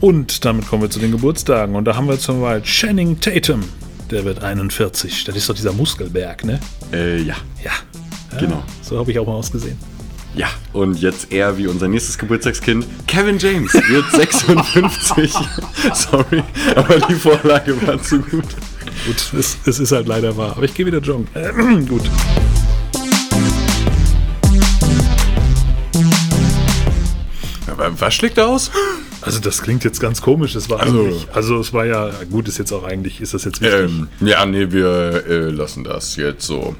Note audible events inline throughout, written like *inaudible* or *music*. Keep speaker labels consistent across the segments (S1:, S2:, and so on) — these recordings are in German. S1: Und damit kommen wir zu den Geburtstagen. Und da haben wir zum Beispiel Channing Tatum. Der wird 41. Das ist doch dieser Muskelberg, ne?
S2: Äh, ja.
S1: Ja. ja
S2: Genau.
S1: So habe ich auch mal ausgesehen.
S2: Ja, und jetzt eher wie unser nächstes Geburtstagskind, Kevin James wird *laughs* 56. Sorry, aber die Vorlage war zu gut.
S1: Gut, es, es ist halt leider wahr. Aber ich gehe wieder joggen. *clears throat* gut.
S2: Aber Was schlägt er aus?
S1: Also das klingt jetzt ganz komisch. Es war
S2: Also-
S1: eigentlich, also es war ja gut. Ist jetzt auch eigentlich, ist das jetzt wichtig?
S2: Ähm, ja, nee, wir äh, lassen das jetzt so.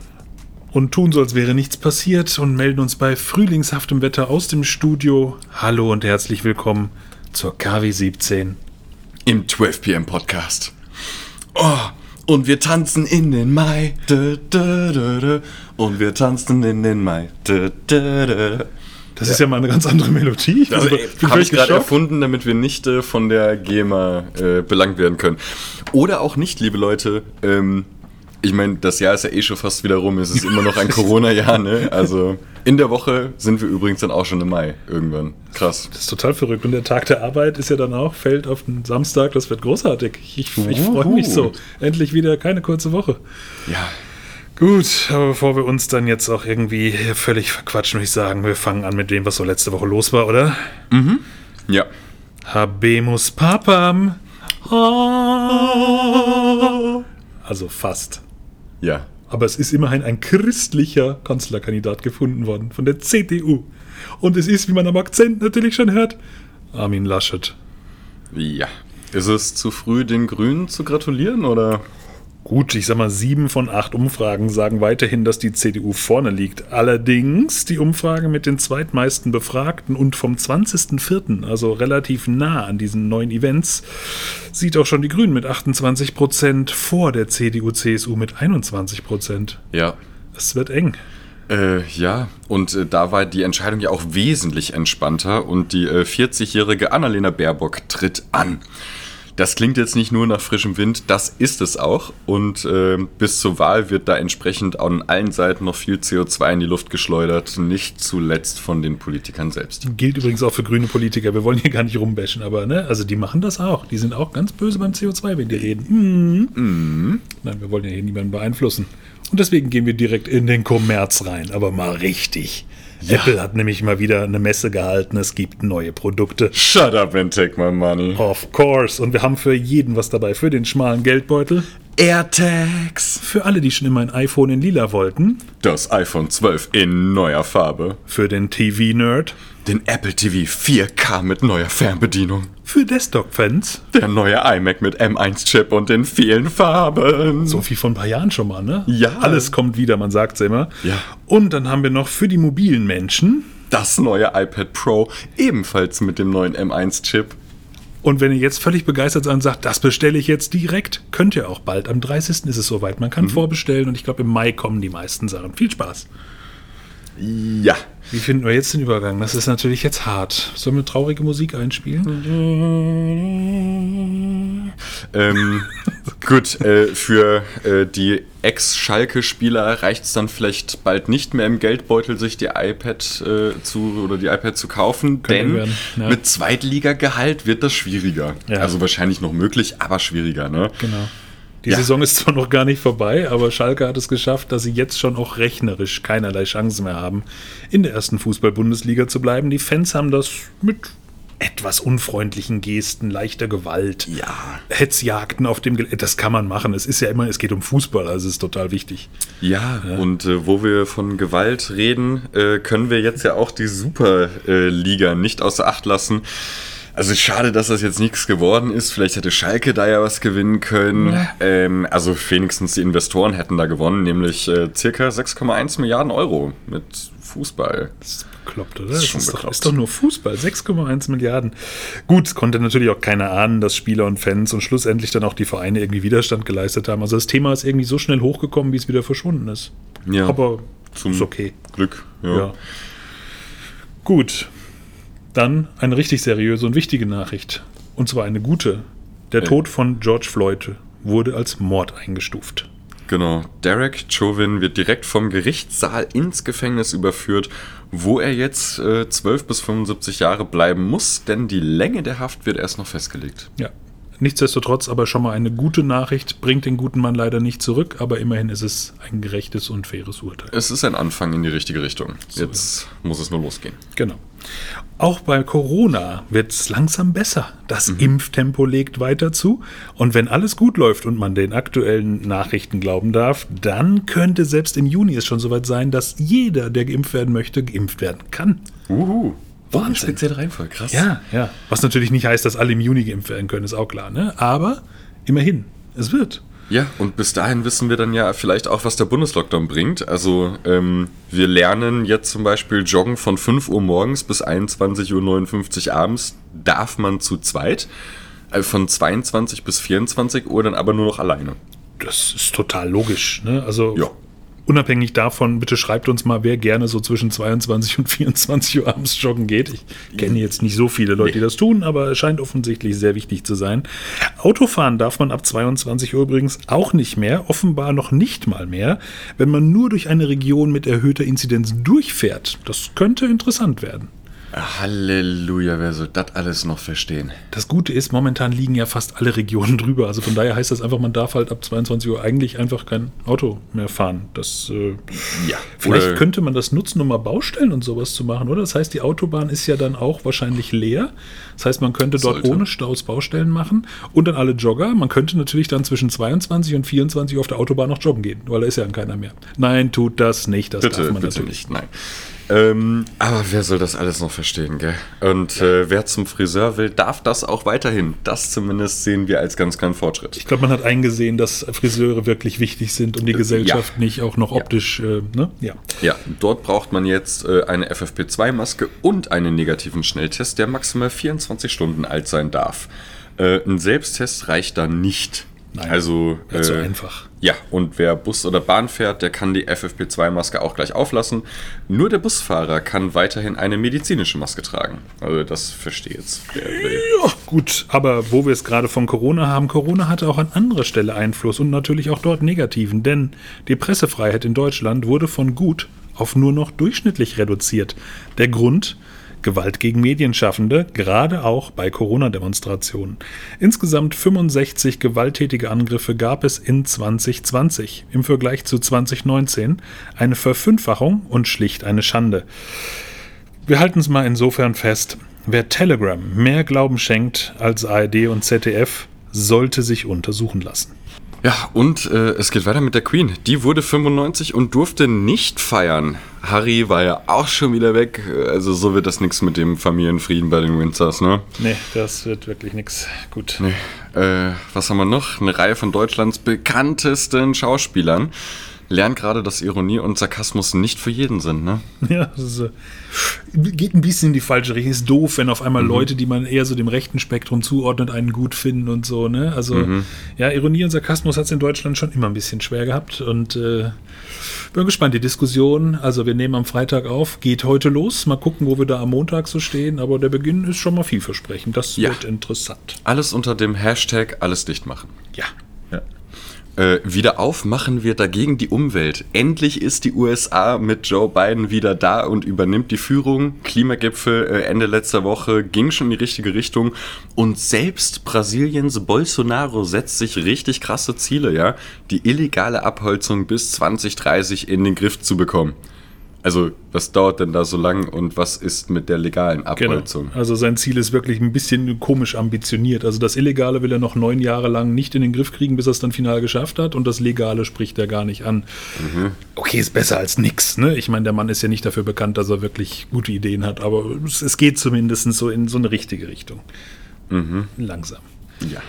S1: und tun so, als wäre nichts passiert und melden uns bei frühlingshaftem Wetter aus dem Studio. Hallo und herzlich willkommen zur KW 17.
S2: Im 12 PM Podcast. Oh, und wir tanzen in den Mai. Dö, dö, dö, dö. Und wir tanzen in den Mai. Dö, dö, dö, dö.
S1: Das ist ja mal eine ganz andere Melodie. Ich
S2: Also,
S1: bin-
S2: ey,
S1: bin
S2: habe
S1: völlig
S2: ich gerade
S1: geschockt.
S2: erfunden, damit wir nicht äh, von der GEMA äh, belangt werden können. Oder auch nicht, liebe Leute. Ähm, ich meine, das Jahr ist ja eh schon fast wieder rum. Es ist immer noch *laughs* ein Corona-Jahr, ne? Also in der Woche sind wir übrigens dann auch schon im Mai irgendwann. Krass.
S1: Das ist total verrückt. Und der Tag der Arbeit ist ja dann auch, fällt auf den Samstag. Das wird großartig. Ich, ich freue
S2: Uhu.
S1: mich so. Endlich wieder keine kurze Woche.
S2: Ja.
S1: Gut, aber bevor wir uns dann jetzt auch irgendwie völlig verquatschen, würde ich sagen, wir fangen an mit dem, was so letzte Woche los war, oder?
S2: Ja.
S1: Habemus Papam. Also fast.
S2: Ja.
S1: Aber es ist immerhin ein christlicher Kanzlerkandidat gefunden worden von der CDU. Und es ist, wie man am Akzent natürlich schon hört, Armin Laschet.
S2: Ja. Ist es zu früh, den Grünen zu gratulieren oder?
S1: Gut, ich sag mal, sieben von acht Umfragen sagen weiterhin, dass die CDU vorne liegt. Allerdings die Umfrage mit den zweitmeisten Befragten und vom 20.04., also relativ nah an diesen neuen Events, sieht auch schon die Grünen mit 28 Prozent vor der CDU-CSU mit 21 Prozent.
S2: Ja.
S1: Es wird eng.
S2: Äh, ja, und äh, da war die Entscheidung ja auch wesentlich entspannter und die äh, 40-jährige Annalena Baerbock tritt an. Das klingt jetzt nicht nur nach frischem Wind, das ist es auch. Und äh, bis zur Wahl wird da entsprechend an allen Seiten noch viel CO2 in die Luft geschleudert, nicht zuletzt von den Politikern selbst.
S1: Gilt übrigens auch für grüne Politiker. Wir wollen hier gar nicht rumbashen, aber ne, also die machen das auch. Die sind auch ganz böse beim CO2, wenn die reden. Mhm. Nein, wir wollen ja hier niemanden beeinflussen. Und deswegen gehen wir direkt in den Kommerz rein, aber mal richtig. Apple hat nämlich mal wieder eine Messe gehalten. Es gibt neue Produkte.
S2: Shut up and take my money.
S1: Of course. Und wir haben für jeden was dabei. Für den schmalen Geldbeutel.
S2: AirTags.
S1: Für alle, die schon immer ein iPhone in lila wollten.
S2: Das iPhone 12 in neuer Farbe.
S1: Für den TV-Nerd.
S2: Den Apple TV 4K mit neuer Fernbedienung.
S1: Für Desktop-Fans.
S2: Der neue iMac mit M1-Chip und den vielen Farben.
S1: So viel von ein paar Jahren schon mal, ne?
S2: Ja.
S1: Alles kommt wieder, man sagt's immer.
S2: Ja.
S1: Und dann haben wir noch für die mobilen Menschen.
S2: Das neue iPad Pro ebenfalls mit dem neuen M1-Chip.
S1: Und wenn ihr jetzt völlig begeistert seid und sagt, das bestelle ich jetzt direkt, könnt ihr auch bald. Am 30. ist es soweit. Man kann vorbestellen und ich glaube, im Mai kommen die meisten Sachen. Viel Spaß.
S2: Ja.
S1: Wie finden wir jetzt den Übergang? Das ist natürlich jetzt hart. Sollen wir traurige Musik einspielen? *laughs*
S2: Ähm, gut, äh, für äh, die Ex-Schalke-Spieler reicht es dann vielleicht bald nicht mehr im Geldbeutel, sich die iPad äh, zu oder die iPad zu kaufen,
S1: Können
S2: denn
S1: werden, ja.
S2: mit Zweitligagehalt wird das schwieriger.
S1: Ja.
S2: Also wahrscheinlich noch möglich, aber schwieriger, ne?
S1: Genau. Die
S2: Ja.
S1: Saison ist zwar noch gar nicht vorbei, aber Schalke hat es geschafft, dass sie jetzt schon auch rechnerisch keinerlei Chancen mehr haben, in der ersten Fußball-Bundesliga zu bleiben. Die Fans haben das mit etwas unfreundlichen Gesten, leichter Gewalt,
S2: Ja.
S1: Hetzjagden auf dem Gel Das kann man machen. Es ist ja immer, es geht um Fußball, also es ist total wichtig.
S2: Ja, und äh, wo wir von Gewalt reden, äh, können wir jetzt ja auch die Superliga nicht außer Acht lassen. Also schade, dass das jetzt nichts geworden ist. Vielleicht hätte Schalke da ja was gewinnen können. Ähm, also wenigstens die Investoren hätten da gewonnen, nämlich äh, circa 6,1 Milliarden Euro mit Fußball.
S1: Das ist bekloppt, oder?
S2: ist
S1: Das
S2: schon
S1: ist, doch,
S2: bekloppt.
S1: ist doch nur Fußball. 6,1 Milliarden. Gut, es konnte natürlich auch keiner ahnen, dass Spieler und Fans und schlussendlich dann auch die Vereine irgendwie Widerstand geleistet haben. Also das Thema ist irgendwie so schnell hochgekommen, wie es wieder verschwunden ist.
S2: Ja,
S1: Aber
S2: zum
S1: ist okay.
S2: Glück. Ja.
S1: Ja. Gut. Dann eine richtig seriöse und wichtige Nachricht.
S2: Äh.
S1: Und zwar eine gute. Der Tod von George Floyd wurde als Mord eingestuft.
S2: Genau. Derek Chauvin wird direkt vom Gerichtssaal ins Gefängnis überführt, wo er jetzt äh, 12 bis 75 Jahre bleiben muss, denn die Länge der Haft wird erst noch festgelegt.
S1: Ja. Nichtsdestotrotz aber schon mal eine gute Nachricht, bringt den guten Mann leider nicht zurück, aber immerhin ist es ein gerechtes und faires Urteil.
S2: Es ist ein Anfang in die richtige Richtung. Jetzt muss es nur losgehen.
S1: Genau. Auch bei Corona wird es langsam besser. Das Impftempo legt weiter zu. Und wenn alles gut läuft und man den aktuellen Nachrichten glauben darf, dann könnte selbst im Juni es schon soweit sein, dass jeder, der geimpft werden möchte, geimpft werden kann.
S2: Uhu.
S1: Wahnsinn.
S2: Eine Spezielle Reihenfolge, krass.
S1: Ja, ja. Was natürlich nicht heißt, dass alle im Juni geimpft werden können, ist auch klar. Ne? Aber immerhin, es wird.
S2: Ja, und bis dahin wissen wir dann ja vielleicht auch, was der Bundeslockdown bringt. Also ähm, wir lernen jetzt zum Beispiel Joggen von 5 Uhr morgens bis 21.59 Uhr abends darf man zu zweit. Äh, von 22 bis 24 Uhr dann aber nur noch alleine.
S1: Das ist total logisch. Ne? Also
S2: Ja.
S1: unabhängig davon, bitte schreibt uns mal, wer gerne so zwischen 22 und 24 Uhr abends joggen geht. Ich kenne jetzt nicht so viele Leute, die das tun, aber es scheint offensichtlich sehr wichtig zu sein. Autofahren darf man ab 22 Uhr übrigens auch nicht mehr, offenbar noch nicht mal mehr, wenn man nur durch eine Region mit erhöhter Inzidenz durchfährt. Das könnte interessant werden.
S2: Halleluja, wer soll das alles noch verstehen?
S1: Das Gute ist, momentan liegen ja fast alle Regionen *laughs* drüber. Also von daher heißt das einfach, man darf halt ab 22 Uhr eigentlich einfach kein Auto mehr fahren. Das, äh,
S2: Ja,
S1: vielleicht
S2: oder-
S1: könnte man das nutzen, um mal Baustellen und sowas zu machen, oder? Das heißt, die Autobahn ist ja dann auch wahrscheinlich leer. Das heißt, man könnte dort
S2: Sollte.
S1: ohne Staus Baustellen machen und dann alle Jogger. Man könnte natürlich dann zwischen 22 und 24 Uhr auf der Autobahn noch joggen gehen, weil da ist ja keiner mehr. Nein, tut das nicht. Das
S2: Bitte,
S1: darf man
S2: bitte
S1: natürlich
S2: nicht, nein. Ähm, aber wer soll das alles noch verstehen, gell? Und äh, wer zum Friseur will, darf das auch weiterhin. Das zumindest sehen wir als ganz kleinen Fortschritt.
S1: Ich glaube, man hat eingesehen, dass Friseure wirklich wichtig sind,
S2: Äh,
S1: um die Gesellschaft nicht auch noch optisch, äh, ne? Ja.
S2: Ja, dort braucht man jetzt äh, eine FFP2-Maske und einen negativen Schnelltest, der maximal 24 Stunden alt sein darf. Äh, ein Selbsttest reicht da nicht.
S1: Nein,
S2: also
S1: wär zu einfach.
S2: Ja, und wer Bus oder Bahn fährt, der kann die FFP2-Maske auch gleich auflassen. Nur der Busfahrer kann weiterhin eine medizinische Maske tragen. Also das verstehe jetzt. wer will.
S1: Ja, gut, aber wo wir es gerade von Corona haben, Corona hatte auch an anderer Stelle Einfluss und natürlich auch dort negativen, denn die Pressefreiheit in Deutschland wurde von gut auf nur noch durchschnittlich reduziert. Der Grund? Gewalt gegen Medienschaffende, gerade auch bei Corona-Demonstrationen. Insgesamt 65 gewalttätige Angriffe gab es in 2020, im Vergleich zu 2019, eine Verfünffachung und schlicht eine Schande. Wir halten es mal insofern fest, wer Telegram mehr Glauben schenkt als ARD und ZDF, sollte sich untersuchen lassen.
S2: Ja, und äh, es geht weiter mit der Queen. Die wurde 95 und durfte nicht feiern. Harry war ja auch schon wieder weg. Also so wird das nichts mit dem Familienfrieden bei den Windsors, ne?
S1: Nee, das wird wirklich nix. Gut.
S2: Äh, was haben wir noch? Eine Reihe von Deutschlands bekanntesten Schauspielern lernt gerade, dass Ironie und Sarkasmus nicht für jeden sind, ne?
S1: *laughs* Ja, das ist, äh, geht ein bisschen in die falsche Richtung. Ist doof, wenn auf einmal Leute, die man eher so dem rechten Spektrum zuordnet, einen gut finden und so. Ne? Also ja, Ironie und Sarkasmus hat es in Deutschland schon immer ein bisschen schwer gehabt. Und äh, bin gespannt, die Diskussion. Also wir nehmen am Freitag auf, geht heute los. Mal gucken, wo wir da am Montag so stehen. Aber der Beginn ist schon mal vielversprechend. Das
S2: Ja.
S1: wird interessant.
S2: Alles unter dem Hashtag alles dicht machen.
S1: Ja.
S2: Äh, wieder auf machen wir dagegen die Umwelt. Endlich ist die USA mit Joe Biden wieder da und übernimmt die Führung. Klimagipfel äh, Ende letzter Woche ging schon in die richtige Richtung. Und selbst Brasiliens Bolsonaro setzt sich richtig krasse Ziele, ja. Die illegale Abholzung bis 2030 in den Griff zu bekommen. Also, was dauert denn da so lang und was ist mit der legalen
S1: Genau.
S2: Abholzung?
S1: Also sein Ziel ist wirklich ein bisschen komisch ambitioniert. Also das Illegale will er noch neun Jahre lang nicht in den Griff kriegen, bis er es dann final geschafft hat. Und das Legale spricht er gar nicht an. Okay, ist besser als nix. Ne? Ich meine, der Mann ist ja nicht dafür bekannt, dass er wirklich gute Ideen hat. Aber es, es geht zumindest so in so eine richtige Richtung. Langsam.
S2: Ja.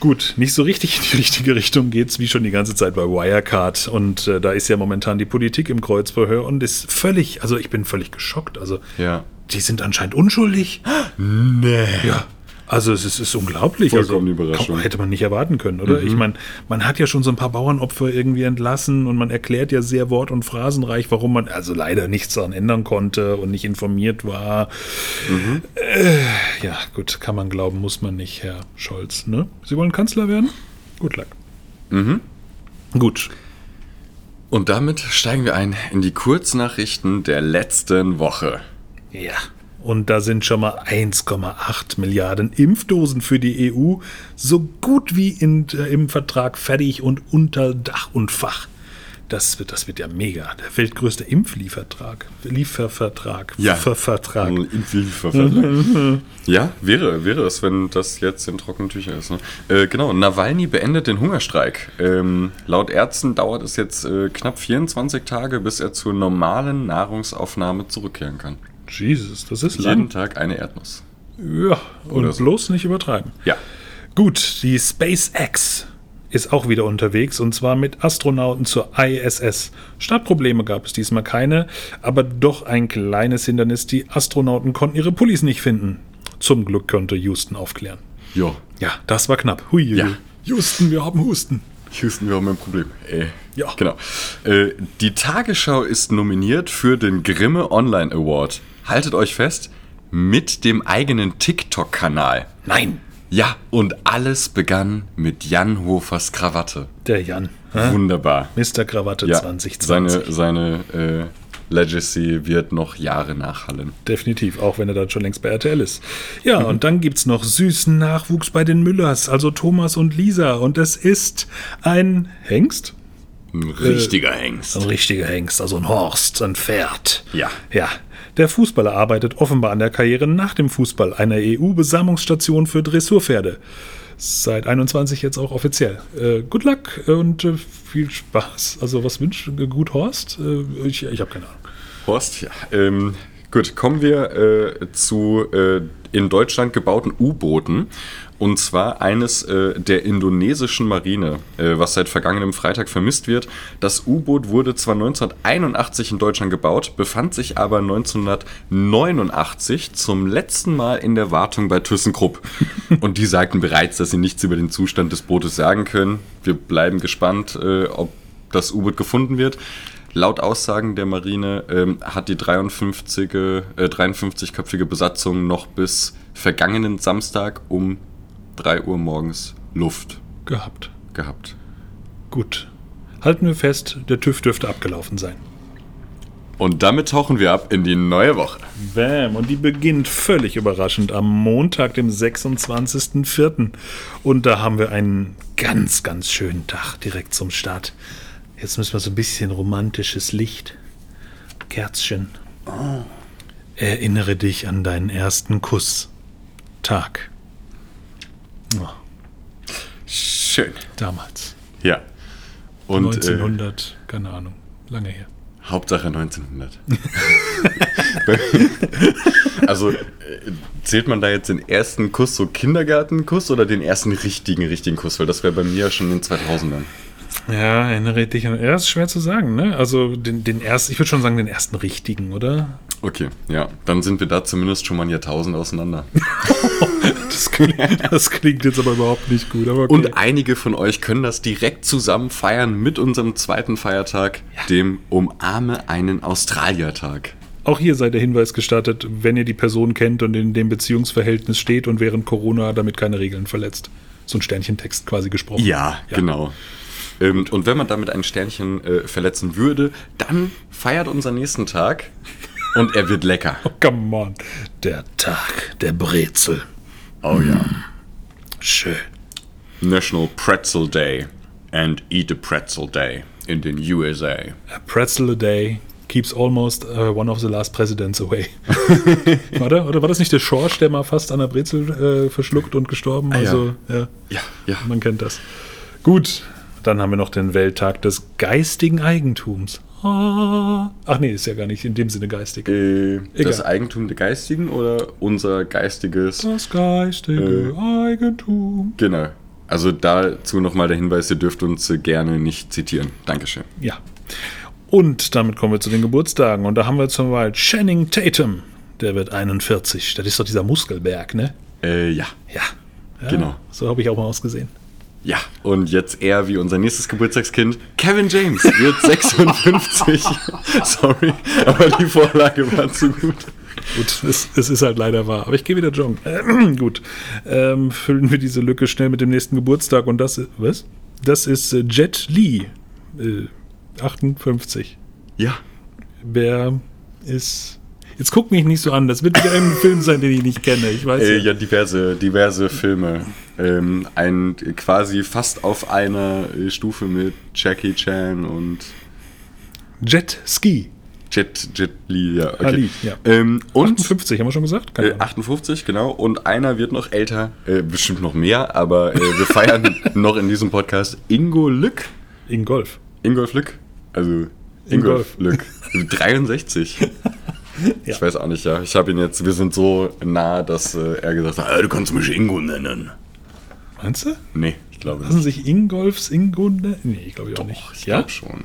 S1: Gut, nicht so richtig in die richtige Richtung geht's, wie schon die ganze Zeit bei Wirecard. Und äh, da ist ja momentan die Politik im Kreuzverhör und ist völlig, also ich bin völlig geschockt. Also
S2: Ja.
S1: die sind anscheinend unschuldig.
S2: Nee.
S1: Ja. Also es ist, ist unglaublich.
S2: Vollkommen
S1: also,
S2: Überraschung. Mhm.
S1: kaum- Hätte man nicht erwarten können, oder? Ich meine, man hat ja schon so ein paar Bauernopfer irgendwie entlassen und man erklärt ja sehr wort- und phrasenreich, warum man also leider nichts daran ändern konnte und nicht informiert war.
S2: Mhm.
S1: Äh, ja, gut, kann man glauben, muss man nicht,
S2: Mhm.
S1: Herr Scholz. Ne? Sie wollen Kanzler werden? Gut luck. Gut.
S2: Und damit steigen wir ein in die Kurznachrichten der letzten Woche.
S1: Ja. Und da sind schon mal 1,8 Milliarden Impfdosen für die EU so gut wie in, äh, im Vertrag fertig und unter Dach und Fach. Das wird, das wird ja mega. Der weltgrößte Impfliefertrag. Liefervertrag.
S2: Ja. Mhm.
S1: Ver- Vertrag.
S2: Ein Impfhilfevertrag. ja, wäre, wäre es, wenn das jetzt in trockenen Tüchern ist. Ne? Äh, genau, Nawalny beendet den Hungerstreik. Ähm, laut Ärzten dauert es jetzt äh, knapp 24 Tage, bis er zur normalen Nahrungsaufnahme zurückkehren kann.
S1: Jesus, das ist
S2: Jeden
S1: lang.
S2: Tag eine Erdnuss.
S1: Ja,
S2: Oder
S1: und
S2: so.
S1: bloß nicht übertreiben.
S2: Ja.
S1: Gut, die SpaceX ist auch wieder unterwegs und zwar mit Astronauten zur ISS. Startprobleme gab es diesmal keine, aber doch ein kleines Hindernis. Die Astronauten konnten ihre Pullis nicht finden. Zum Glück konnte Houston aufklären.
S2: Jo.
S1: Ja, das war knapp. Hui,
S2: Ja.
S1: Houston, wir haben Husten.
S2: Houston, wir haben ein Problem. Ey.
S1: Ja.
S2: Genau. Äh, die Tagesschau ist nominiert für den Grimme Online Award. Haltet euch fest, mit dem eigenen TikTok-Kanal.
S1: Nein,
S2: Ja, und alles begann mit Jan Hofers Krawatte.
S1: der Jan. Hä?
S2: Wunderbar.
S1: Mr. Krawatte
S2: Ja,
S1: 2020.
S2: Seine, seine äh, Legacy wird noch Jahre nachhallen.
S1: Definitiv, auch wenn er dann schon längst bei RTL ist. Ja,
S2: Mhm.
S1: und dann gibt's noch süßen Nachwuchs bei den Müllers, also Thomas und Lisa. Und es ist ein Hengst?
S2: Ein
S1: Äh,
S2: richtiger Hengst.
S1: Ein richtiger Hengst, also ein Horst, ein Pferd.
S2: Ja.
S1: Ja. Der Fußballer arbeitet offenbar an der Karriere nach dem Fußball, einer EU-Besamungsstation für Dressurpferde. Seit 21 jetzt auch offiziell. Äh, good luck und äh, viel Spaß. Also was wünscht gut Horst? Äh, ich ich habe keine Ahnung.
S2: Horst, ja. Ähm, gut, kommen wir äh, zu äh, in Deutschland gebauten U-Booten. Und zwar eines äh, der indonesischen Marine, äh, was seit vergangenem Freitag vermisst wird. Das U-Boot wurde zwar 1981 in Deutschland gebaut, befand sich aber 1989 zum letzten Mal in der Wartung bei ThyssenKrupp. Und die sagten bereits, dass sie nichts über den Zustand des Bootes sagen können. Wir bleiben gespannt, äh, ob das U-Boot gefunden wird. Laut Aussagen der Marine ähm, hat die 53, äh, 53-köpfige Besatzung noch bis vergangenen Samstag um 3 Uhr morgens Luft
S1: Gehabt.
S2: gehabt.
S1: Gut. Halten wir fest, der TÜV dürfte abgelaufen sein.
S2: Und damit tauchen wir ab in die neue Woche.
S1: Bam, und die beginnt völlig überraschend am Montag, dem 26.04. Und da haben wir einen ganz, ganz schönen Tag direkt zum Start. Jetzt müssen wir so ein bisschen romantisches Licht. Kerzchen. Erinnere dich an deinen ersten Kuss. Tag. Oh,
S2: Schön.
S1: damals.
S2: Ja.
S1: äh,
S2: Und
S1: 1900, keine Ahnung. Lange her.
S2: Äh, Hauptsache 1900. also äh, zählt man da jetzt den ersten Kuss, so Kindergartenkuss oder den ersten richtigen, richtigen Kuss? Weil das wäre bei mir ja schon in den 2000ern.
S1: Ja, erinnere dich an. Ja, ist schwer zu sagen, ne? Also den, den ersten, ich würde schon sagen, den ersten richtigen, oder?
S2: Okay, ja, dann sind wir da zumindest schon mal ein Jahrtausend *laughs* auseinander.
S1: Das klingt, *laughs* das klingt jetzt aber überhaupt nicht gut. Aber okay.
S2: Und einige von euch können das direkt zusammen feiern mit unserem zweiten Feiertag, dem Umarme einen Australier-Tag.
S1: auch hier sei der Hinweis gestattet, wenn ihr die Person kennt und in dem Beziehungsverhältnis steht und während Corona damit keine Regeln verletzt. So ein Sternchentext quasi gesprochen.
S2: genau. Ähm, und wenn man damit ein Sternchen äh, verletzen würde, dann feiert unseren nächsten Tag und er wird lecker.
S1: Come on. Der Tag der Brezel.
S2: *laughs* Oh ja.
S1: Schön.
S2: National Pretzel Day and Eat a Pretzel Day in den USA.
S1: A pretzel a day keeps almost äh, one of the last presidents
S2: *laughs*
S1: away. Oder? Oder war das nicht der Schorsch, der mal fast an der Brezel äh, verschluckt und gestorben?
S2: Ah ja.
S1: Also, ja.
S2: Ja, ja.
S1: Man kennt das. Gut, dann haben wir noch den Welttag des geistigen Eigentums. Ah. Ach nee, ist ja gar nicht in dem Sinne geistig.
S2: Äh, das
S1: Egal.
S2: Eigentum der Geistigen oder unser geistiges?
S1: Das geistige
S2: Äh.
S1: Eigentum.
S2: Genau. Also dazu nochmal der Hinweis, ihr dürft uns äh, gerne nicht zitieren. Dankeschön.
S1: Ja. Und damit kommen wir zu den Geburtstagen. Und da haben wir zum Beispiel Channing Tatum. Der wird 41. Das ist doch dieser Muskelberg, ne?
S2: Äh, ja.
S1: Ja. ja
S2: Genau.
S1: So habe ich auch mal ausgesehen.
S2: Ja. Und jetzt eher wie unser nächstes Geburtstagskind, Kevin James wird *laughs* 56. *laughs* Sorry, aber die Vorlage war zu gut.
S1: Gut, *laughs* es, es ist halt leider wahr. Aber ich gehe wieder joggen. *clears throat* gut. Ähm, füllen wir diese Lücke schnell mit dem nächsten Geburtstag. Und das ist. Was? Das ist äh, Jet Li. Äh, 58.
S2: Ja.
S1: Wer ist. Jetzt guck mich nicht so an, das wird wieder
S2: *laughs*
S1: ein Film sein, den ich nicht kenne. Ich weiß
S2: Äh,
S1: ja.
S2: ja, diverse, diverse Filme. Ähm, ein quasi fast auf einer äh, Stufe mit Jackie Chan und
S1: Jet Ski.
S2: Jet, Jet Li. Ja, okay.
S1: Ali, ja.
S2: Ähm, und
S1: 58, haben wir schon gesagt? Keine
S2: Äh,
S1: Ahnung.
S2: 58, genau. Und einer wird noch älter, äh, bestimmt noch mehr, aber äh, wir feiern noch in diesem Podcast Ingo Lück.
S1: In Golf.
S2: Ingolf Lück? Also Ingolf Lück. 63.
S1: Ja.
S2: Ich weiß auch nicht, ja. Ich habe ihn jetzt, wir sind so nah, dass äh, er gesagt hat, "Ah, du kannst mich Ingo nennen.
S1: Meinst du?
S2: Nee, ich glaube
S1: Lassen
S2: nicht.
S1: sich Ingolfs Ingunde? Nee, ich glaube ich auch nicht.
S2: Ich
S1: ja?
S2: glaube schon.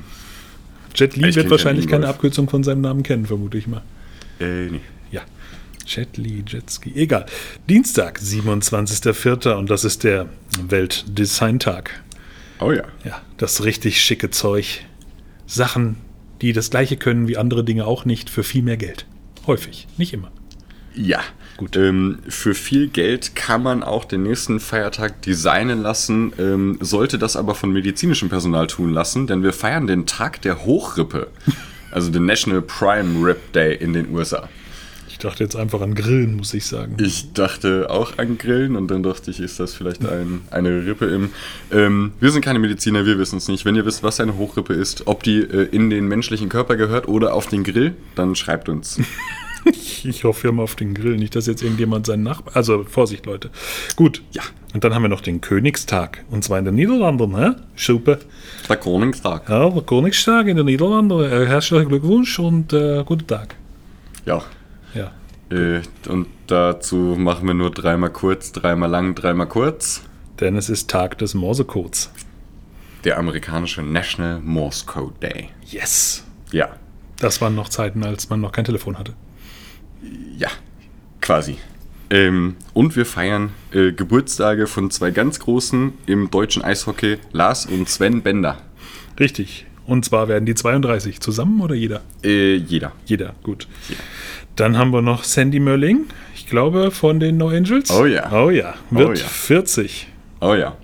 S1: Jet Li wird
S2: Ich kenn keinen
S1: wahrscheinlich keine
S2: Ingolf.
S1: Abkürzung von seinem Namen kennen, vermute ich mal.
S2: Äh, nee.
S1: Ja. Jet Li, Jet Ski. Egal. Dienstag, 27.04. und das ist der Weltdesigntag.
S2: Oh ja.
S1: Ja, das richtig schicke Zeug. Sachen, die das gleiche können wie andere Dinge auch nicht, für viel mehr Geld. Häufig, nicht immer.
S2: Ja.
S1: Gut.
S2: Ähm, für viel Geld kann man auch den nächsten Feiertag designen lassen, ähm, sollte das aber von medizinischem Personal tun lassen, denn wir feiern den Tag der Hochrippe, also den National Prime Rib Day in den USA.
S1: Ich dachte jetzt einfach an Grillen, muss ich sagen.
S2: Ich dachte auch an Grillen und dann dachte ich, ist das vielleicht ein, eine Rippe im. Ähm, wir sind keine Mediziner, wir wissen es nicht. Wenn ihr wisst, was eine Hochrippe ist, ob die äh, in den menschlichen Körper gehört oder auf den Grill, dann schreibt uns.
S1: Ich hoffe ja mal auf den Grill, nicht, dass jetzt irgendjemand seinen Nachbarn. Also Vorsicht, Leute. Gut.
S2: Ja.
S1: Und dann haben wir noch den Königstag. Und zwar in den Niederlanden, hä? Super.
S2: Der Kroningstag.
S1: Ja, der Königstag in den Niederlanden. Äh, Herzlichen Glückwunsch und äh, guten Tag.
S2: Ja.
S1: Ja.
S2: Äh, und dazu machen wir nur dreimal kurz, dreimal lang, dreimal kurz.
S1: Denn es ist Tag des Morsecodes.
S2: Der amerikanische National Morse Code Day.
S1: Yes.
S2: Ja.
S1: Das waren noch Zeiten, als man noch kein Telefon hatte.
S2: Ja, quasi. Ähm, und wir feiern äh, Geburtstage von zwei ganz großen im deutschen Eishockey, Lars und Sven Bender.
S1: Richtig. Und zwar werden die 32 zusammen oder jeder?
S2: Äh, jeder.
S1: Jeder, gut. Dann haben wir noch Sandy Mölling, ich glaube von den No Angels.
S2: Oh ja.
S1: Oh ja, wird
S2: Oh ja.
S1: 40.
S2: Oh ja.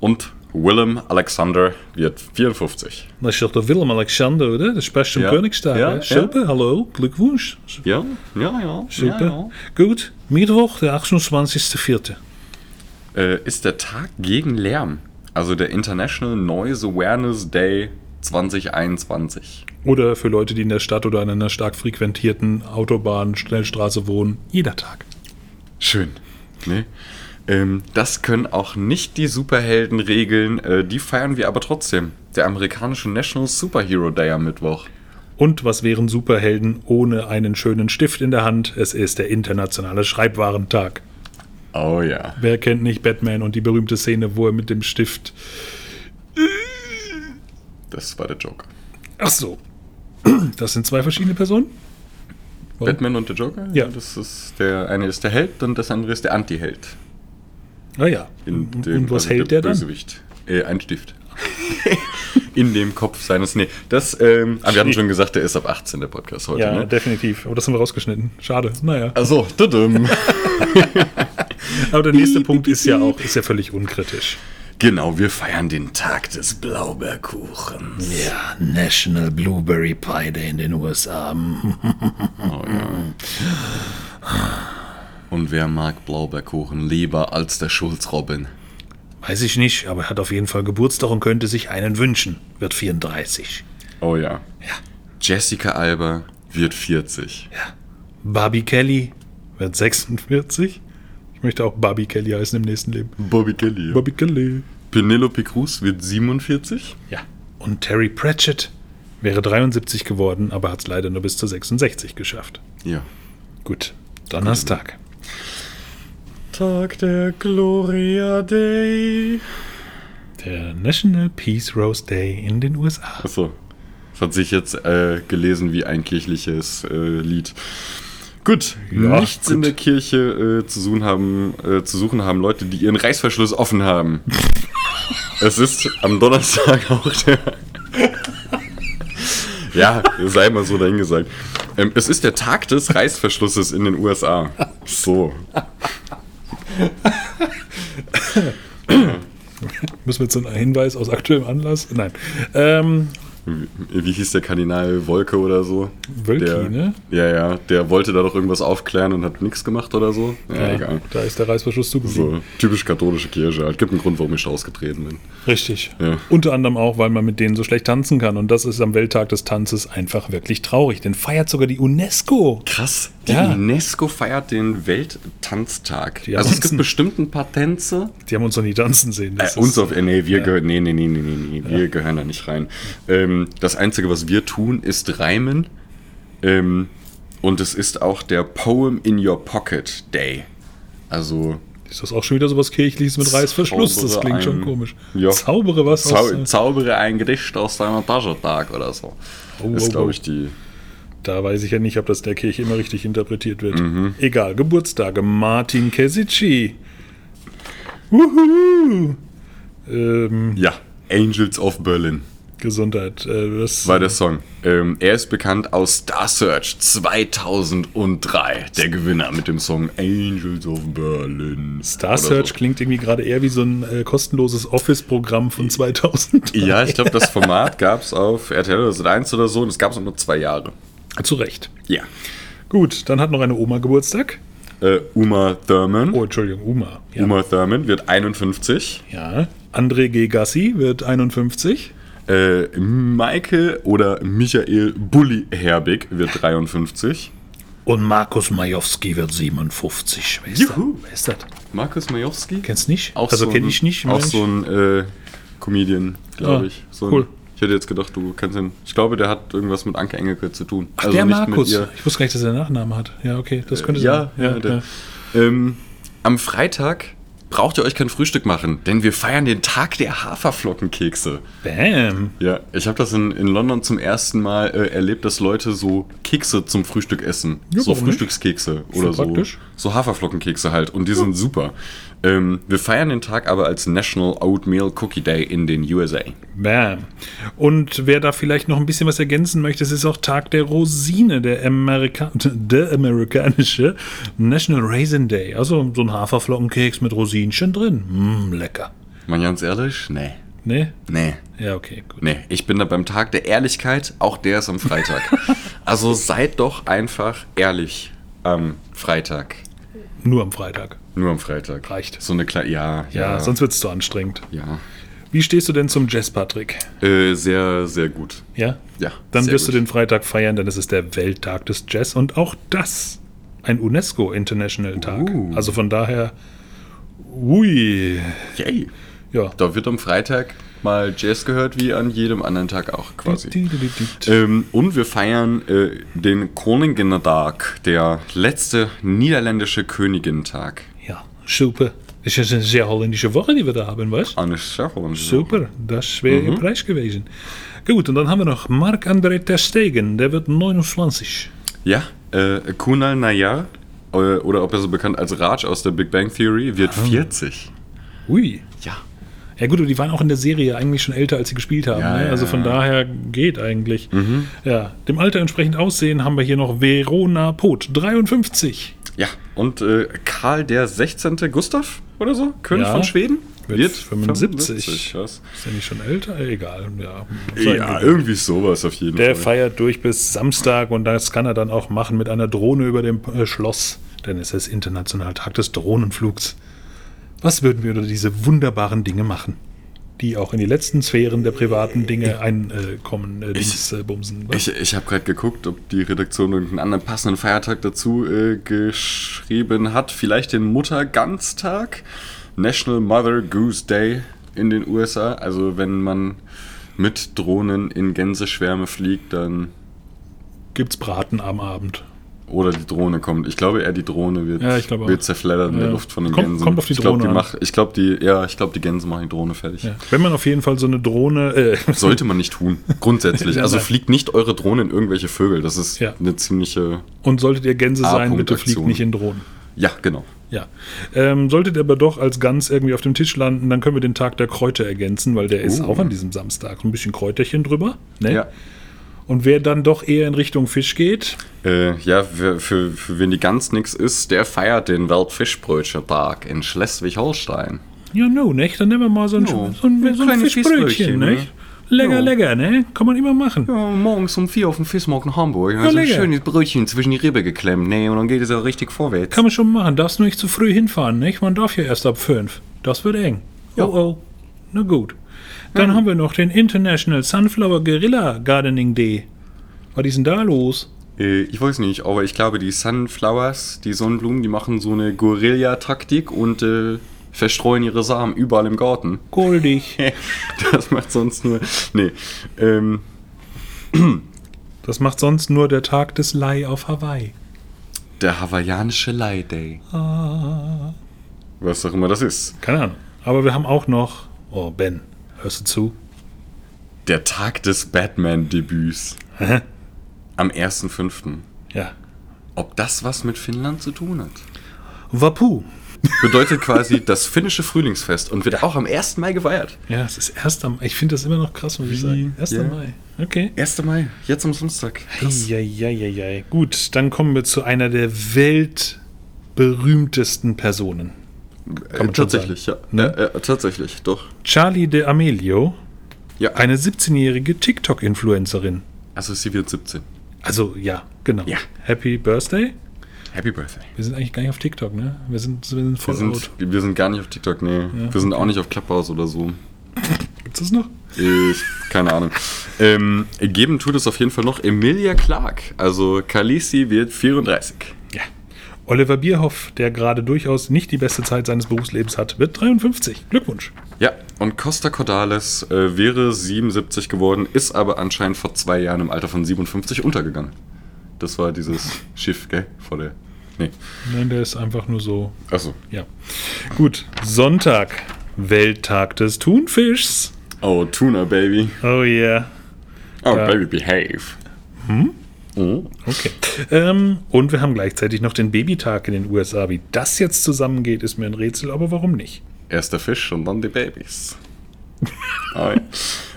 S2: Und Willem Alexander wird 54.
S1: Dat is toch de Willem Alexander, oder? Das spricht zum
S2: Ja.
S1: Königstag.
S2: Ja,
S1: hè?
S2: ja.
S1: Super, hallo, Glückwunsch.
S2: Ja, ja, ja.
S1: Super.
S2: ja,
S1: Gut, Mittwoch, der 28.04.
S2: ja. Äh, ist der Tag gegen Lärm, also der International Noise Awareness Day 2021.
S1: Oder für Leute, die in der Stadt oder an einer stark frequentierten Autobahn, Schnellstraße wohnen, jeder Tag.
S2: Schön. Ne? Ähm, das können auch nicht die Superhelden regeln, äh, die feiern wir aber trotzdem. Der amerikanische National Superhero Day am Mittwoch.
S1: Und was wären Superhelden ohne einen schönen Stift in der Hand? Es ist der internationale Schreibwarentag.
S2: Oh ja.
S1: Wer kennt nicht Batman und die berühmte Szene, wo er mit dem Stift.
S2: Das war der Joker.
S1: Ach so. Das sind zwei verschiedene Personen? Warum?
S2: Batman und der Joker?
S1: Ja.
S2: Das ist der eine ist der Held und das andere ist der Anti-Held.
S1: Naja.
S2: In
S1: Ah Und
S2: dem-
S1: was
S2: also
S1: hält der dann?
S2: Bösewicht. Äh, ein Stift. *laughs* In dem Kopf seines. Nee, das. Ähm, aber wir hatten schon gesagt, der ist ab 18 der Podcast heute.
S1: Ja,
S2: ne?
S1: definitiv. Aber Oh, das haben wir rausgeschnitten. Schade. Naja.
S2: Achso, tudum. *laughs*
S1: Aber der nächste Punkt ist ja auch, ist ja völlig unkritisch.
S2: genau, wir feiern den Tag des Blaubeerkuchens.
S3: Ja, National Blueberry Pie Day in den USA.
S1: Oh,
S2: Und wer mag Blaubeerkuchen lieber als der Schulz-Robin?
S3: Weiß ich nicht, aber er hat auf jeden Fall Geburtstag und könnte sich einen wünschen. Wird 34.
S2: Oh ja. Jessica Alba wird 40.
S1: Barbie Kelly wird 46. Ich möchte auch Barbie Kelly heißen im nächsten Leben.
S2: Bobby Kelly.
S1: Barbie Kelly.
S2: Penelope Cruz wird 47.
S1: Ja. Und Terry Pratchett wäre 73 geworden, aber hat es leider nur bis zu 66 geschafft.
S2: Ja.
S1: Gut. Donnerstag.
S2: Tag der Gloria Day.
S1: Der National Peace Rose Day in den USA.
S2: Achso. Das hat sich jetzt äh, gelesen wie ein kirchliches äh, Lied. Gut,
S1: Ja,
S2: nichts
S1: gut.
S2: in der Kirche äh, zu, suchen haben, äh, zu suchen haben Leute, die ihren Reißverschluss
S1: *laughs*
S2: offen haben. es ist am Donnerstag auch der. ja, sei mal so dahingesagt. Ähm, es ist der Tag des Reißverschlusses in den USA. So.
S1: Müssen wir jetzt so einen Hinweis aus aktuellem Anlass? Nein. Ähm,
S2: Äh, wie hieß der Kardinal Wolke oder so?
S1: Wölki,
S2: der,
S1: ne?
S2: Ja, ja, der wollte da doch irgendwas aufklären und hat nichts gemacht oder so. Ja, egal.
S1: Da ist der Reißverschluss zugeblieben.
S2: So, typisch katholische Kirche. Halt. Gibt einen Grund, warum ich da ausgetreten bin.
S1: Richtig.
S2: Ja.
S1: Unter anderem auch, weil man mit denen so schlecht tanzen kann. Und das ist am Welttag des Tanzes einfach wirklich traurig. Denn feiert sogar die UNESCO.
S2: Krass. Die
S1: Ja.
S2: UNESCO feiert den Welttanztag.
S1: Die
S2: also es
S1: tanzen.
S2: gibt bestimmt ein paar Tänze.
S1: Die haben uns noch nie tanzen sehen.
S2: Äh,
S1: Das ist-
S2: uns auf, äh, nee, wir gehören, nee, nee, nee, nee, nee, nee, wir gehören da nicht rein. Ähm, das Einzige, was wir tun, ist reimen. Ähm, und es ist auch der Poem in Your Pocket Day. Also
S1: ist das auch schon wieder sowas Kirchliches mit Reißverschluss? das
S2: Zaubere
S1: klingt schon
S2: ein-
S1: komisch.
S2: Ja.
S1: Zaubere was Äh,
S2: zau
S1: aus.
S2: zaubere ein Gedicht aus deiner Tasche Tag oder so.
S1: Oh,
S2: ist,
S1: oh, oh.
S2: glaube ich, die.
S1: Da weiß ich ja nicht, ob das der Kirche immer richtig interpretiert wird.
S2: Mhm.
S1: Egal, Geburtstage. Martin Kesici. Wuhu! Ähm,
S2: Ja, Angels of Berlin.
S1: Gesundheit. Äh, das
S2: war der Song. Ähm, er ist bekannt aus Star Search 2003. Der Gewinner mit dem Song Angels of Berlin.
S1: Star
S2: Oder
S1: Search
S2: so.
S1: klingt irgendwie gerade eher wie so ein äh, kostenloses Office-Programm von 2000.
S2: Ja, ich glaube, das Format gab es auf RTL oder Sat1 oder so und es gab es nur zwei Jahre.
S1: *laughs* Zu Recht.
S2: Ja.
S1: Gut, dann hat noch eine Oma Geburtstag.
S2: Äh, Uma Thurman.
S1: Oh, Entschuldigung, Uma. Ja.
S2: Uma Thurman wird 51.
S1: ja. André G. Gassi wird 51.
S2: Äh, Michael oder Michael Bulli Herbig wird 53.
S3: Und Markus Majowski wird 57. Wer ist
S2: Juhu.
S3: Das? Wer ist das?
S2: Markus Majowski.
S3: Kennst du nicht?
S2: Auch
S3: also
S2: so
S3: kenn
S2: ein-
S3: ich nicht.
S2: Auch
S3: Mensch.
S2: so ein äh, Comedian, glaube
S1: Ah,
S2: ich. So
S1: cool.
S2: Ein, ich hätte jetzt gedacht, du kennst ihn. Ich glaube, der hat irgendwas mit Anke Engelke zu tun. Also
S1: Ach, der Markus.
S2: ihr- Äh,
S1: Ich wusste gar nicht, dass er einen Nachnamen hat. Ja, okay, das könnte
S2: Ja,
S1: sein.
S2: ja, der. Ähm, am Freitag braucht ihr euch kein Frühstück machen, denn wir feiern den Tag der Haferflockenkekse.
S1: Bam.
S2: Ja, ich habe das in, in London zum ersten Mal äh, erlebt, dass Leute so Kekse zum Frühstück essen.
S1: Ja,
S2: so
S1: warum nicht?
S2: Frühstückskekse oder so.
S1: praktisch.
S2: So Haferflockenkekse halt. Und die sind super. Ähm, wir feiern den Tag aber als National Oatmeal Cookie Day in den USA.
S1: Bam. Und wer da vielleicht noch ein bisschen was ergänzen möchte, es ist auch Tag der Rosine, der, Amerika *laughs* der amerikanische National Raisin Day. Also so ein Haferflockenkeks mit Rosinchen drin. Mm, lecker.
S2: Man ganz ehrlich? Nee.
S1: Ne?
S2: Nee.
S1: Ja, okay, gut.
S2: Nee, ich bin da beim Tag der Ehrlichkeit, auch der ist
S1: *laughs*
S2: am Freitag. also seid doch einfach ehrlich am Freitag.
S1: Nur am Freitag.
S2: Nur am Freitag.
S1: Reicht.
S2: So eine kleine. Ja,
S1: Ja,
S2: ja. Ja,
S1: sonst wird es zu anstrengend. Wie stehst du denn zum Jazz, Patrick?
S2: Äh, sehr, sehr gut.
S1: Ja?
S2: Ja.
S1: Dann
S2: sehr
S1: wirst
S2: gut.
S1: du den Freitag feiern, denn es ist der Welttag des Jazz und auch das ein UNESCO International Tag.
S2: Uh.
S1: Also von daher, ui,
S2: Yay.
S1: ja.
S2: Da wird am Freitag mal Jazz gehört, wie an jedem anderen Tag auch quasi.
S1: Äh,
S2: Ähm, und wir feiern äh, den Koninginnendag, der letzte niederländische Königintag.
S1: Ja, super. Das ist eine sehr holländische Woche, die wir da haben, weißt du?
S2: Anne Schachon.
S1: Super, das wäre
S2: Mhm.
S1: ihr Preis gewesen. Gut, und dann haben wir noch Marc-André Ter Stegen, der wird 29.
S2: Ja, äh, Kunal Nayar, äh, oder ob er so bekannt als Raj aus der Big Bang Theory, wird 40.
S1: Ui.
S2: Ja.
S1: Ah. Ja gut, und die waren auch in der Serie eigentlich schon älter, als sie gespielt haben.
S2: Ja,
S1: ne?
S2: ja,
S1: also von
S2: ja. Mhm.
S1: daher geht eigentlich. Ja, dem Alter entsprechend aussehen haben wir hier noch Verona Poth, 53.
S2: Ja, und äh, Karl der 16. Gustav oder so, König
S1: Ja.
S2: von Schweden,
S1: Wird 75.
S2: krass.
S1: Ist er nicht schon älter? Egal, ja.
S2: Ja, irgendwie sowas auf jeden
S1: Der
S2: Fall.
S1: feiert durch bis Samstag und das kann er dann auch machen mit einer Drohne über dem äh, Schloss, denn es ist international Tag des Drohnenflugs. Was würden wir über diese wunderbaren Dinge machen? Die auch in die letzten Sphären der privaten Dinge einkommen, äh, Dings, äh, Bumsen.
S2: Ich, ich habe gerade geguckt, ob die Redaktion irgendeinen anderen passenden Feiertag dazu äh, geschrieben hat. Vielleicht den Mutterganztag, National Mother Goose Day in den USA. Also wenn man mit Drohnen in Gänseschwärme fliegt, dann
S1: Gibt's Braten am Abend?
S2: Oder die Drohne kommt. Ich glaube eher die Drohne wird,
S1: Ja, ich glaube auch.
S2: wird zerfleddert in
S1: Ja.
S2: der Luft von den
S1: Kommt-
S2: Gänsen.
S1: kommt auf die
S2: ich glaube,
S1: Drohne
S2: die
S1: an.
S2: mach, ich glaube die, ja, ich glaube die Gänse machen die Drohne fertig.
S1: Ja. Wenn man auf jeden Fall so eine Drohne, äh,
S2: Sollte man nicht
S1: *laughs*
S2: tun, grundsätzlich.
S1: Ja,
S2: Also
S1: nein.
S2: fliegt nicht eure Drohne in irgendwelche Vögel. Das ist
S1: Ja.
S2: eine ziemliche.
S1: und solltet ihr Gänse sein, bitte
S2: A-Punkt-Aktion.
S1: fliegt nicht in Drohnen.
S2: Ja, genau.
S1: Ja. Ähm, solltet ihr aber doch als Gans irgendwie auf dem Tisch landen, dann können wir den Tag der Kräuter ergänzen, weil der ist
S2: Oh.
S1: auch an diesem Samstag. So ein bisschen Kräuterchen drüber. Ne?
S2: Ja.
S1: Und wer dann doch eher in Richtung Fisch geht,
S2: Äh, ja, für, für, für wen die Gans nix ist, der feiert den Weltfischbrötchentag in Schleswig-Holstein.
S1: ja, no, nicht? Dann nehmen wir mal so ein,
S2: Jo,
S1: so ein, so ein
S2: ein kleines
S1: Fischbrötchen,
S2: Fischbrötchen, ne?
S1: nicht? Lecker, lecker, ne? Kann man immer machen.
S2: Ja, morgens um vier auf dem Fischmarkt in Hamburg. Ja,
S1: Ja,
S2: so ein
S1: lecker.
S2: schönes Brötchen zwischen die Rippe geklemmt. Nee, und dann geht es ja richtig vorwärts.
S1: Kann man schon machen. Darfst nur nicht zu früh hinfahren, nicht? Man darf ja erst ab fünf. Das wird eng. Oh, oh. Na gut. Dann haben wir noch den International Sunflower Guerilla Gardening Day. Was ist denn da los?
S2: Äh, ich weiß nicht, aber ich glaube, die Sunflowers, die Sonnenblumen, die machen so eine Guerilla-Taktik und äh, verstreuen ihre Samen überall im Garten.
S1: Goldig.
S2: *laughs* Das macht sonst nur. Nee. Ähm,
S1: Das macht sonst nur der Tag des Lai auf Hawaii.
S2: der hawaiianische Lie Day. Was auch immer das ist.
S1: Keine Ahnung. Aber wir haben auch noch. Oh, Ben, hörst du zu?
S2: Der Tag des Batman-Debüts. Am 1.5.
S1: Ja.
S2: Ob das was mit Finnland zu tun hat?
S1: Wapu.
S2: Bedeutet *laughs* quasi das finnische Frühlingsfest und wird auch am 1. Mai geweiht.
S1: Ja, es ist erst am. Ich finde das immer noch krass, muss ich sagen. Erst am
S2: Ja.
S1: Mai. Okay.
S2: 1. Mai, jetzt am Samstag. Krass.
S1: Eieieiei. Gut, dann kommen wir zu einer der weltberühmtesten Personen.
S2: Äh,
S1: man schon
S2: tatsächlich, ja.
S1: Ne?
S2: Äh, äh, tatsächlich, doch.
S1: Charlie de Amelio,
S2: Ja,
S1: eine 17-jährige TikTok-Influencerin.
S2: also sie wird 17.
S1: Also ja, genau.
S2: Ja.
S1: Happy Birthday.
S2: Happy Birthday.
S1: Wir sind eigentlich gar nicht auf TikTok, ne? Wir sind, wir sind voll
S2: Wir sind,
S1: out.
S2: wir sind gar nicht auf TikTok, nee. Wir sind auch nicht auf Clubhouse oder so.
S1: Gibt's das noch?
S2: Ich, keine Ahnung. Ähm, geben tut es auf jeden Fall noch Emilia Clark. Also Khaleesi wird 34.
S1: Ja. Oliver Bierhoff, der gerade durchaus nicht die beste Zeit seines Berufslebens hat, wird 53. Glückwunsch.
S2: Ja, und Costa Cordalis äh, wäre 77 geworden, ist aber anscheinend vor zwei Jahren im Alter von 57 untergegangen. Das war *laughs* dieses Schiff, gell? Vor der. Nee.
S1: Nein, der ist einfach nur so.
S2: Achso.
S1: Ja. Gut, Sonntag, Welttag des Thunfischs.
S2: Oh, Tuna, Baby.
S1: Oh yeah.
S2: Oh,
S1: Ja.
S2: Baby, behave. Hm? Oh.
S1: Okay. Ähm, und wir haben gleichzeitig noch den Babytag in den USA. Wie das jetzt zusammengeht, ist mir ein Rätsel, aber warum nicht?
S2: Erst der Fisch und dann die *laughs* Babys. Ah,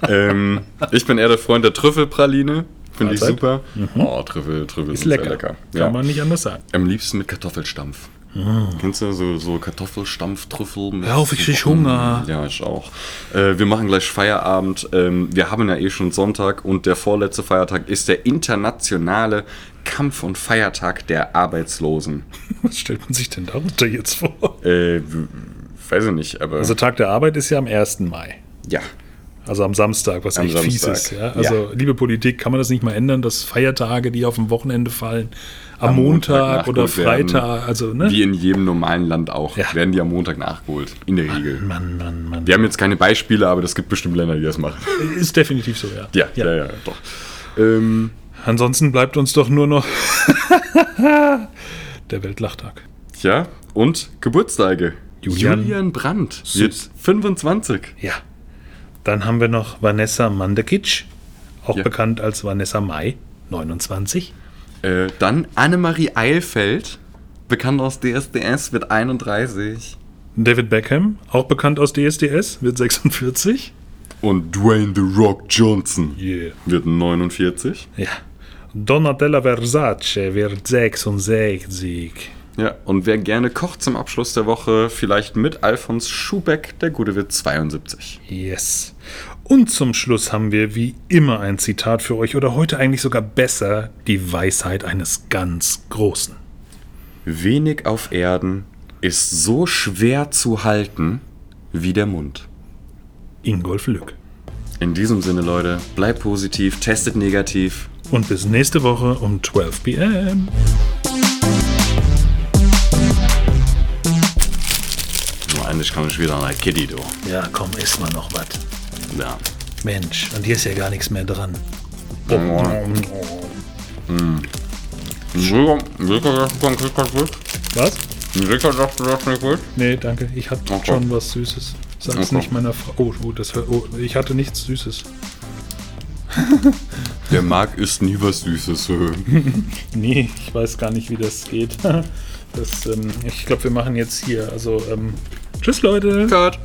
S2: ja. ähm, ich bin eher der Freund der Trüffelpraline. Finde ich
S1: Mahlzeit.
S2: super. Oh, Trüffel, Trüffel
S1: Ist lecker. Kann
S2: Ja.
S1: man nicht anders sagen. *laughs*
S2: Am liebsten mit Kartoffelstampf. Kennst du so, so Kartoffelstampftrüffel? mit
S1: Hör auf, Ah. ich krieg
S2: Gurken?
S1: Hunger.
S2: Ja, ich auch. Äh, wir machen gleich Feierabend. Ähm, wir haben ja eh schon Sonntag und der vorletzte Feiertag ist der internationale Kampf- und Feiertag der Arbeitslosen.
S1: Was stellt man sich denn darunter jetzt vor?
S2: Äh, w- weiß ich nicht, aber.
S1: Also Tag der Arbeit ist ja am 1. Mai.
S2: ja.
S1: Also am Samstag, was
S2: Am
S1: echt fies
S2: Samstag.
S1: ist. Ja?
S2: Ja.
S1: Also liebe Politik, kann man das nicht mal ändern, dass Feiertage, die auf dem Wochenende fallen, am,
S2: Am
S1: Montag,
S2: Montag
S1: oder
S2: nachgeholt werden.
S1: Freitag, also ne?
S2: Wie in jedem normalen Land auch.
S1: Ja.
S2: Werden die am Montag nachgeholt. In der Regel.
S1: Mann, Mann, Mann.
S2: Wir haben jetzt keine Beispiele, aber es gibt bestimmt Länder, die das machen.
S1: Ist definitiv so, ja.
S2: Ja, ja, ja, doch. Ähm,
S1: Ansonsten bleibt uns doch nur noch *laughs* der Weltlachtag.
S2: Tja, und Geburtstage.
S1: Julian-
S2: Brandt wird 25.
S1: Ja. Dann haben wir noch Vanessa Mandekitsch, auch
S2: Ja.
S1: bekannt als Vanessa Mai, 29.
S2: Äh, dann Annemarie Eilfeld, bekannt aus DSDS, wird 31.
S1: David Beckham, auch bekannt aus DSDS, wird 46.
S2: Und Dwayne The Rock Johnson
S1: Yeah.
S2: wird 49.
S1: Ja. Donatella Versace wird 66.
S2: Ja, und wer gerne kocht zum Abschluss der Woche, vielleicht mit Alfons Schubeck, der Gute wird 72.
S1: Yes. Und zum Schluss haben wir wie immer ein Zitat für euch oder heute eigentlich sogar besser die Weisheit eines ganz Großen.
S2: Wenig auf Erden ist so schwer zu halten wie der Mund.
S1: Ingolf Lück.
S2: In diesem Sinne, Leute, bleibt positiv, testet negativ.
S1: Und bis nächste Woche um 12 pm.
S2: Nur eigentlich kann ich wieder an der Kitty, du.
S3: Ja, komm, iss mal noch was.
S2: Ja.
S3: Mensch, und hier ist ja gar nichts mehr dran.
S2: Rika, Rika, sagst du dann Kickers wird?
S1: Was?
S2: Rika, sagst du das nicht wird?
S1: Nee, danke. Ich hatte
S2: Okay.
S1: schon was Süßes. Sag's
S2: Okay.
S1: nicht meiner Frau. Oh, oh, das hör, oh, ich hatte nichts Süßes.
S2: Der Marc isst nie was Süßes.
S1: Nee, ich weiß gar nicht, wie das *laughs* geht. Das, ähm, ich glaube, wir machen jetzt hier. Also, ähm, tschüss, Leute.
S2: Gott.